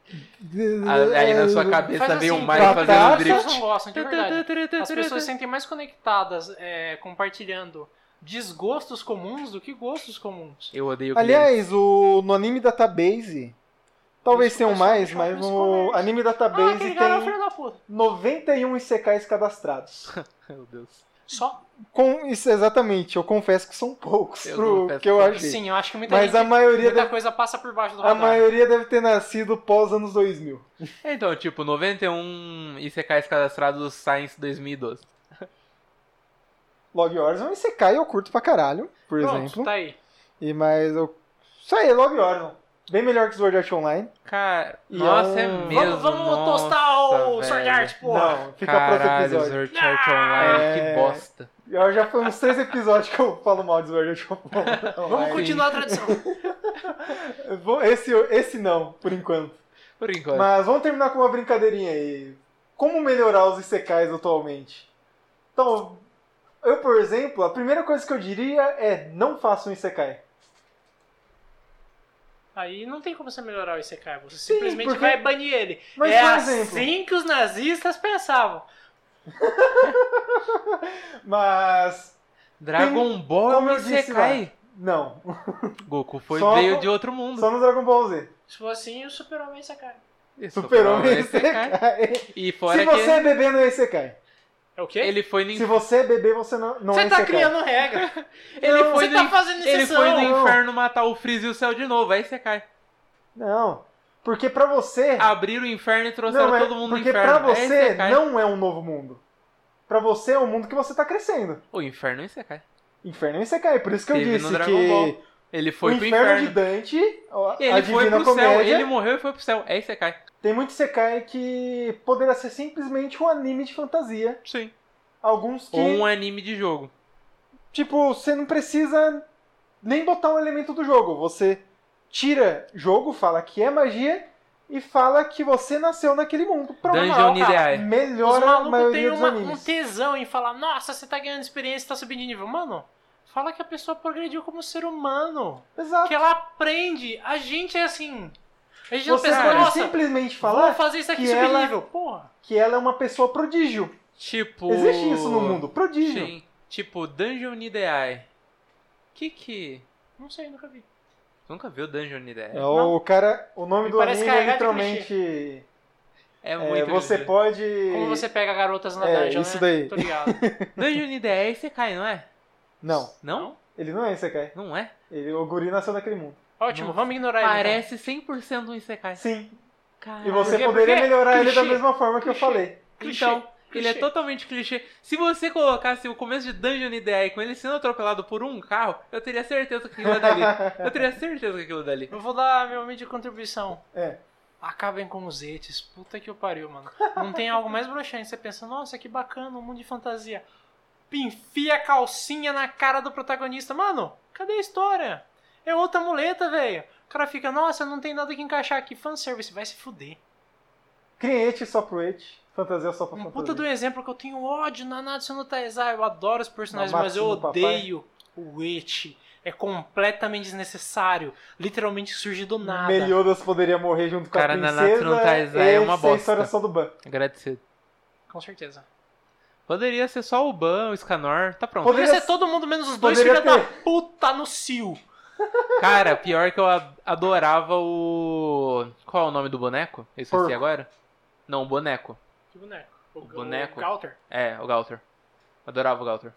A- Aí É, na sua cabeça um Faz vem o assim, Mario batata. fazendo As pessoas drift. não gostam, é de verdade. As pessoas se sentem mais conectadas é, compartilhando desgostos comuns do que gostos comuns. Eu odeio o Aliás, o, no anime Database, talvez Isso tenham começou a mais, deixar mas mais no conversa. anime Ah, Database aquele cara é um tem filho da puta. 91 ICKs cadastrados. Meu Deus. Só? Com, isso, exatamente, eu confesso que são poucos Eu pro confesso que eu que- achei. Sim, eu acho que muita, mas a gente, maioria, muita deve, coisa passa por baixo do a radar. maioria deve ter nascido pós anos 2000. Então, tipo, 91 ICKs cadastrados Science 2012. Log Horizon e Sekai é um eu curto pra caralho, por Pronto, exemplo. tá aí. E mas eu. Isso aí, Log Orion. Bem melhor que Sword Art Online. Cara, E nossa, é é um- mesmo. vamos vamos nossa, tostar o velho. Sword Art, pô. Não, fica pra Caralho, outro episódio. Sword Art Online, É. que bosta. Eu já foi uns três episódios que eu falo mal de Sword Art Online. Vamos continuar a tradição. Vou- Esse, esse não, por enquanto. Por enquanto. Mas vamos terminar com uma brincadeirinha aí. Como melhorar os isekais atualmente? Então, eu, por exemplo, a primeira coisa que eu diria é não faça um isekai. Aí não tem como você melhorar o Isekai, você Sim, simplesmente porque- vai banir ele. Mas, é por exemplo- assim que os nazistas pensavam. Mas, Dragon Ball como é um eu disse Isekai. não. Goku foi Só- veio de outro mundo. Só no Dragon Ball Z. Se for assim, o super-homem é Isekai. E Superou Superman o isekai. E um fora Se que você é bebê, não é isekai. É o quê? ele foi no Se você é bebê, você não, não é Você tá isekai. criando regra. Ele Não, foi você no tá fazendo Ele exceção. foi no não. inferno matar o Freeza e o céu de novo, aí você cai. Não. Porque pra você... Abriram o inferno e Ah, É. trouxeram não, é- todo mundo do porque inferno. pra aí você cai. não é um novo mundo. Pra você é um mundo que você tá crescendo. O inferno é cai. Inferno é isekai. Por isso que eu Teve no disse Dragon que... Ball. Ele foi o pro inferno, inferno. de Dante, a a Ele foi Divina pro céu, Comédia. ele morreu e foi pro céu. Aí você cai. Tem muito Sekai que poderá ser simplesmente um anime de fantasia. Sim. Alguns que, Ou um anime de jogo. tipo, você não precisa nem botar um elemento do jogo. Você tira jogo, fala que é magia e fala que você nasceu naquele mundo. Pronto. Dungeon cara. Nideai. Os Melhora a malucos têm maioria dos uma- um animes. tesão em falar, nossa, você tá ganhando experiência, tá subindo de nível. Mano, fala que a pessoa progrediu como ser humano. Exato. Que ela aprende. A gente é assim. A gente não Você pensa, cara, pode nossa, simplesmente vou falar fazer isso aqui que subir de ela- nível. Porra. que ela é uma pessoa prodígio. Tipo. Existe isso no mundo, prodígio. Sim. Tipo, Dungeon Nideai. Que que. Não sei, nunca vi. Nunca viu Dungeon Nideai? É, o cara, o nome Me do parece anime é carregado de literalmente É, É, muito. você lindo. pode. Como você pega garotas na É, dungeon, isso né? daí. Tô ligado. Dungeon Nideai é cai, não é? Não, Não? ele não é Isekai. Não é? Ele, o guri nasceu naquele mundo. Ótimo, Nossa. vamos ignorar ele. então. Parece 100% um Isekai. Sim. Caralho. E você por quê? poderia Por quê? melhorar ele da Ah, Clichê. mesma forma que eu Clichê. falei. Clichê, Então, ele é clichê. totalmente clichê. Se você colocasse o começo de Dungeon Ideia com ele sendo atropelado por um carro, eu teria certeza que aquilo é dali. Eu teria certeza que aquilo é dali. Eu vou dar meu meio de contribuição. É. Acabem com os etes. Puta que o pariu, mano. Não tem algo mais broxante. Você pensa, nossa, que bacana, um mundo de fantasia. Enfia a calcinha na cara do protagonista. Mano, cadê a história? É outra muleta, velho. O cara fica, nossa, não tem nada que encaixar aqui. Fanservice, vai se fuder. Crie et só pro et, fantasia só pra Um fantasia. puta do exemplo que eu tenho ódio na Natsu no Taizai. Eu adoro os personagens, Não, mas eu Matsu no Papai. odeio o Eti. É completamente desnecessário. Literalmente surge do nada. Meliodas poderia morrer junto com Cara, a na princesa. Natsu no Taizai é e uma essa bosta. história só do Ban. Agradecido. Com certeza. Poderia ser só o Ban, o Scanor, tá pronto. Poderia Poderia ser- ser todo mundo menos os dois poderia filha da puta no cio. Cara, pior que eu a- adorava o. Qual é o nome do boneco? Eu esqueci Porco. agora? Não, o boneco. Que boneco? O, boneco. O Galter. É, o Galter. Adorava o Galter.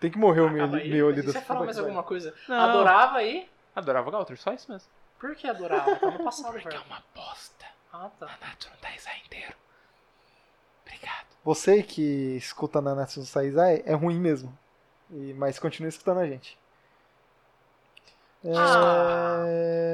Tem que morrer o Acaba Ah, aí. Meliodas. Você falou mais alguma coisa? Não, Adorava aí? Adorava o Galter, só isso mesmo. Por que adorava? Tá no passado, Porque é velho. uma bosta. Ah, tá. Natsu no Taizai inteiro. Obrigado. Você que escuta na Natsu no Taizai é ruim mesmo. E- mas continue escutando a gente. É, Ah,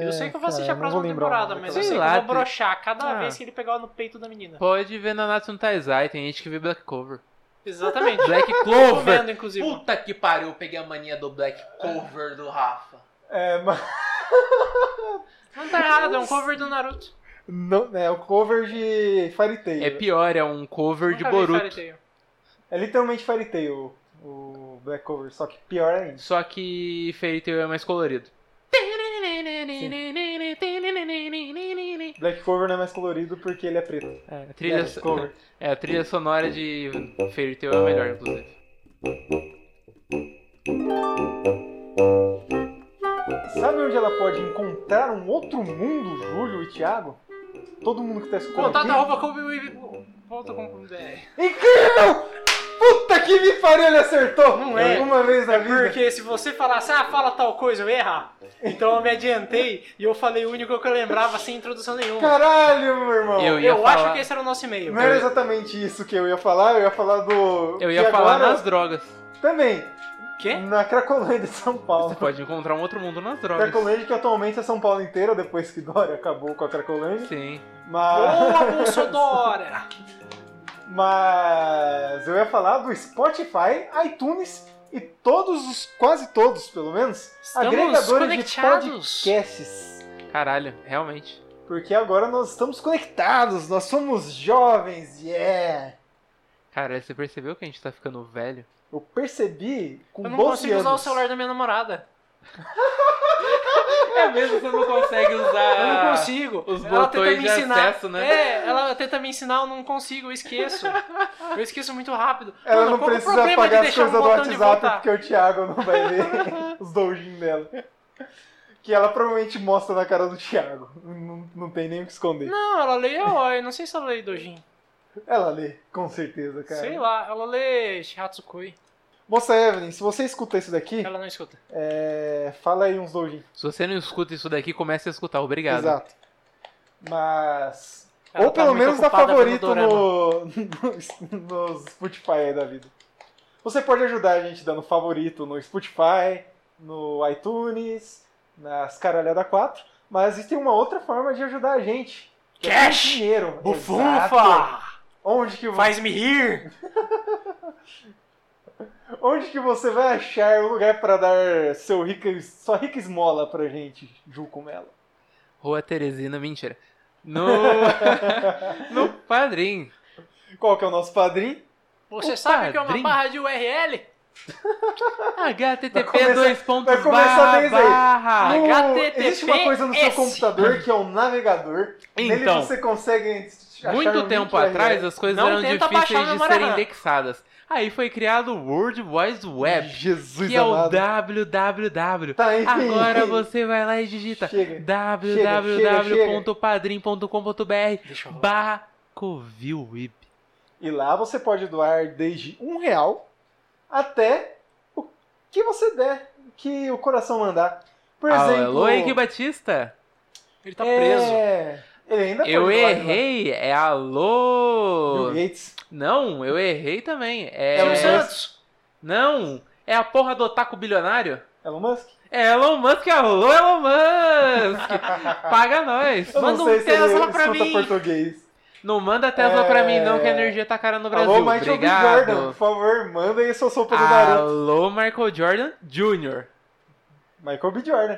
Eu sei que eu vou assistir cara, a não vou próxima lembrar o nome temporada, tá mas da eu Sei sei lá, que eu vou broxar cada Ah. vez que ele pegar no peito da menina. Pode ver na Natsu no Taizai, tem gente que vê Black Cover. Exatamente. Black Recomendo, Clover! inclusive. que pariu, eu peguei a mania do Black Cover do Rafa. É, mas Não tá errado, é um cover do Naruto. não, é o cover de Fairy Tail. É pior, é um cover de Nunca vi Boruto. Fairy Tail. É literalmente Fairy Tail, o Black Cover, só que pior ainda. Só que Fairy Tail é mais colorido. Black Cover não é mais colorido porque ele é preto. É, a trilha, Black Cover. é, a trilha sonora de Fairy Tail é a melhor, inclusive. Sabe onde ela pode encontrar um outro mundo, Júlio e Thiago? Todo mundo que tá escutando Contato aqui. arroba cobiwib.com.br Incrível! Puta que me pariu, ele acertou! Não é. Uma vez na vida. Porque se você falasse, ah, fala tal coisa, eu ia errar. Então eu me adiantei e eu falei o único que eu lembrava sem introdução nenhuma. Caralho, meu irmão! Eu- ia eu acho falar- que esse era o nosso e-mail. Não era exatamente isso que eu ia falar, eu ia falar do... Eu que ia falar agora- nas drogas. Também. Quê? Na Cracolândia de São Você Paulo. pode encontrar um outro mundo nas drogas. Cracolândia que atualmente é São Paulo inteira, depois que Dória acabou com a Cracolândia. Sim. Mas, Boa, Bolsodora! mas eu ia falar do Spotify, iTunes e todos os, quase todos pelo menos, Estamos agregadores de conectados. podcasts. Caralho, realmente. Porque agora nós estamos conectados, nós somos jovens, é. yeah! Cara, você percebeu que a gente tá ficando velho? Eu percebi com Eu não 12 consigo usar o anos. celular da minha namorada. É mesmo, você não consegue usar. eu Ah, não consigo. os ela tenta botões me de ensinar. acesso, né? É, ela tenta me ensinar, eu não consigo, eu esqueço. Eu esqueço muito rápido. Ela Mano, não qual que é o precisa problema de apagar as deixar um coisas do botão de WhatsApp voltar? porque o Thiago não vai ver os doujins dela. Que ela provavelmente mostra na cara do Thiago. Não, não tem nem o que esconder. Não, ela lê Oi, não sei se ela lê Dojin. Ela lê, com certeza, cara. Sei lá, ela lê Shihatsukui. Moça Evelyn, se você escuta isso daqui, Ela não escuta. é, fala aí uns doujins. Se você não escuta isso daqui, comece a escutar. Obrigado. Exato. Mas... Ela Ou tá pelo muito menos dá ocupada vendo favorito dorama. no, no, no Spotify aí da vida. Você pode ajudar a gente dando favorito no Spotify, no iTunes, nas Caralhada 4, mas existe uma outra forma de ajudar a gente. que é com Cash! Dinheiro! Exato. Bufunfa! Onde que, vo- Faz-me rir! onde que você vai achar o lugar para dar seu rica, sua rica esmola pra gente, Juco Melo? Rua Teresina, mentira. No. no Padrim. Qual que é o nosso padrinho? Você O sabe que é uma padrinho? barra de URL? HTTP começar- dois pontos vai começar desde aí. barra. No- HTTP Existe uma coisa no seu S. computador que é um navegador. Nele Então. você consegue achar um Muito link tempo URL. atrás, as coisas Não eram tenta baixar difíceis na de memória serem RAM. indexadas. Aí foi criado o World Wide Web, Jesus que é o amado. www. Tá, enfim. Agora você tá. vai lá e digita Chega. www.padrim.com.br Deixa eu rolar. barra Covilweb. E lá você pode doar desde um real até o que você der, que o coração mandar. Por exemplo... Alô, Henrique Batista? Ele tá é, preso. Ele ainda pode Eu doar de lá. errei, é alô. Bill Gates. Não, eu errei também. É. Elon Silvio Musk. Santos. Não, é a porra do otaku bilionário? Elon Musk? É Elon Musk, alô Elon Musk! Paga nós! Eu Manda não um sei se ele Tesla pra escuta mim. português. Não manda Tesla É. pra mim não, que a energia tá cara no Brasil. Alô, Michael B. Jordan, por Obrigado. favor, manda aí sua sopa do garoto. Alô, Michael Jordan Jr. Michael B. Jordan.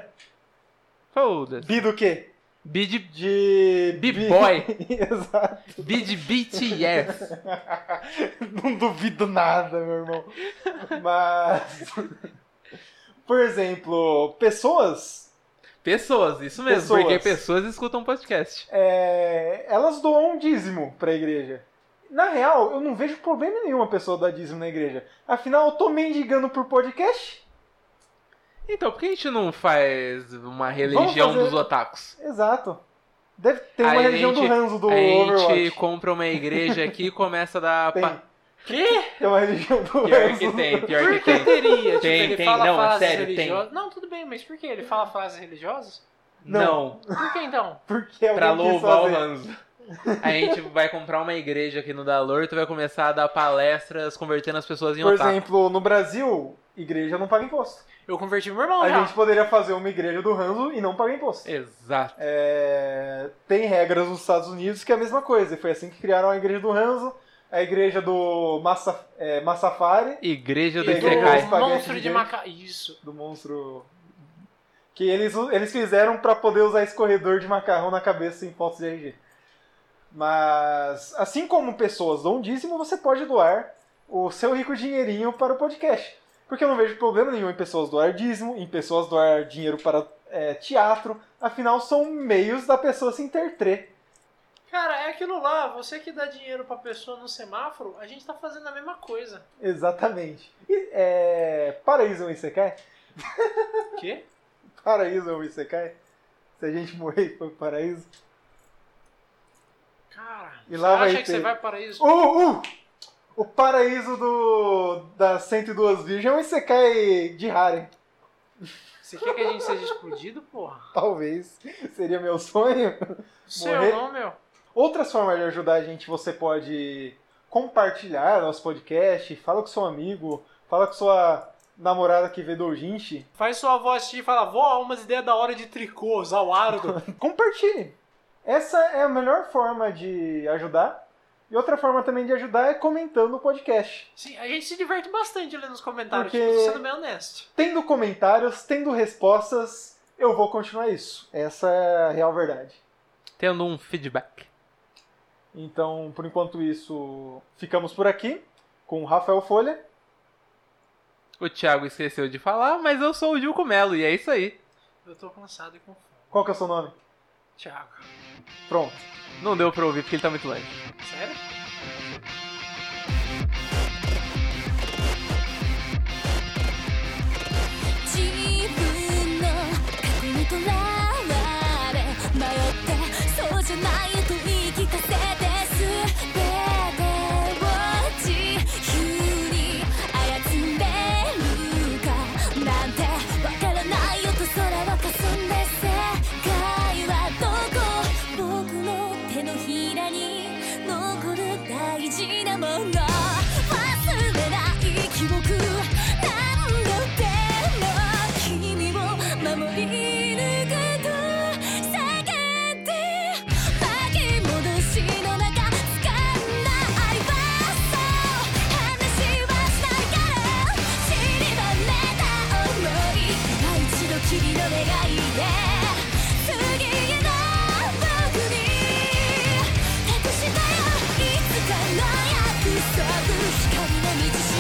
Foda-se. B do quê? Bid De. B-boy. Exato. Bid BTS. Não duvido nada, meu irmão. Mas. Por exemplo, pessoas. Pessoas, isso mesmo, Pessoas. porque pessoas escutam podcast. é, elas doam um dízimo pra igreja. Na real, eu não vejo problema nenhum a pessoa dar dízimo na igreja. Afinal, eu tô mendigando por podcast. Então, por que a gente não faz uma religião fazer- dos otakus? Exato. Deve ter uma Aí a religião gente- do Ranzo do a gente Overwatch. compra uma igreja aqui e começa a dar. Tem. pa- Que? Tem uma religião do Pior que Ranzo. tem, pior Por que que tem. teria? Tipo, Tem, ele tem. fala Não, é frases sério, tem. religiosas. Não, tudo bem, mas por que ele fala frases religiosas? Não. Por que então? Porque alguém pra quis louvar o fazer. Hanzo. A gente vai comprar uma igreja aqui no Dalor e tu vai começar a dar palestras convertendo as pessoas em Por otaku. exemplo, no Brasil, igreja não paga imposto. Eu converti meu irmão A já. gente poderia fazer uma igreja do Ranzo e não pagar imposto. Exato. É, tem regras nos Estados Unidos que é a mesma coisa. E Foi assim que criaram a igreja do Ranzo, a igreja do Massa, é, Massafari, Igreja do E E do Isekai. Isekai. um monstro de Gigante. maca... Isso. do monstro. Que eles, eles fizeram pra poder usar esse corredor de macarrão na cabeça em fotos de RG. Mas, assim como pessoas dão dízimo, você pode doar o seu rico dinheirinho para o podcast. Porque eu não vejo problema nenhum em pessoas doar dízimo, em pessoas doar dinheiro para é, teatro. Afinal, são meios da pessoa se interter. Cara, é aquilo lá. Você que dá dinheiro pra pessoa no semáforo, a gente tá fazendo a mesma coisa. Exatamente. E, é, paraíso é um Isekai? Que? Paraíso é um Isekai? Se a gente morrer e for pro paraíso. Cara, E lá você vai acha que ter. você vai para isso? Uh, uh! O paraíso do das 102 virgens é um Isekai de Harem. Você quer que a gente seja explodido, porra? Talvez. Seria meu sonho. Morrer? Seu não, meu. Outras formas de ajudar a gente, você pode compartilhar nosso podcast, fala com seu amigo, fala com sua namorada que vê doujinshi, Faz sua avó assistir e fala, vó, umas ideias da hora de tricô, usar o ardo. compartilhe. Essa é a melhor forma de ajudar. E outra forma também de ajudar é comentando o podcast. Sim, a gente se diverte bastante lendo os comentários, Porque- tipo, sendo bem honesto. Tendo comentários, tendo respostas, eu vou continuar isso. Essa é a real verdade. Tendo um feedback. Então, por enquanto isso, ficamos por aqui com o Rafael Folha. O Thiago esqueceu de falar, mas eu sou o Gil Melo e é isso aí. Eu tô cansado e com fome. Qual que é o seu nome? Thiago. Pronto. Não deu pra ouvir porque ele tá muito longe. Sério? 「自分の過去にとらわれ」「迷ってそうじゃないと言い聞かせて」「すべてを自由に操れるか」「なんてわからないよと空はかすんで」「世界はどこ?」「僕の手のひらに残る大事なもの」「忘れない記憶なんだって」「君を守り抜くと叫んで巻き戻しの中掴んだ愛はそう話はしたいから散りばめた想い今一度君の願いで次への僕に託したよいつかの約束光の道し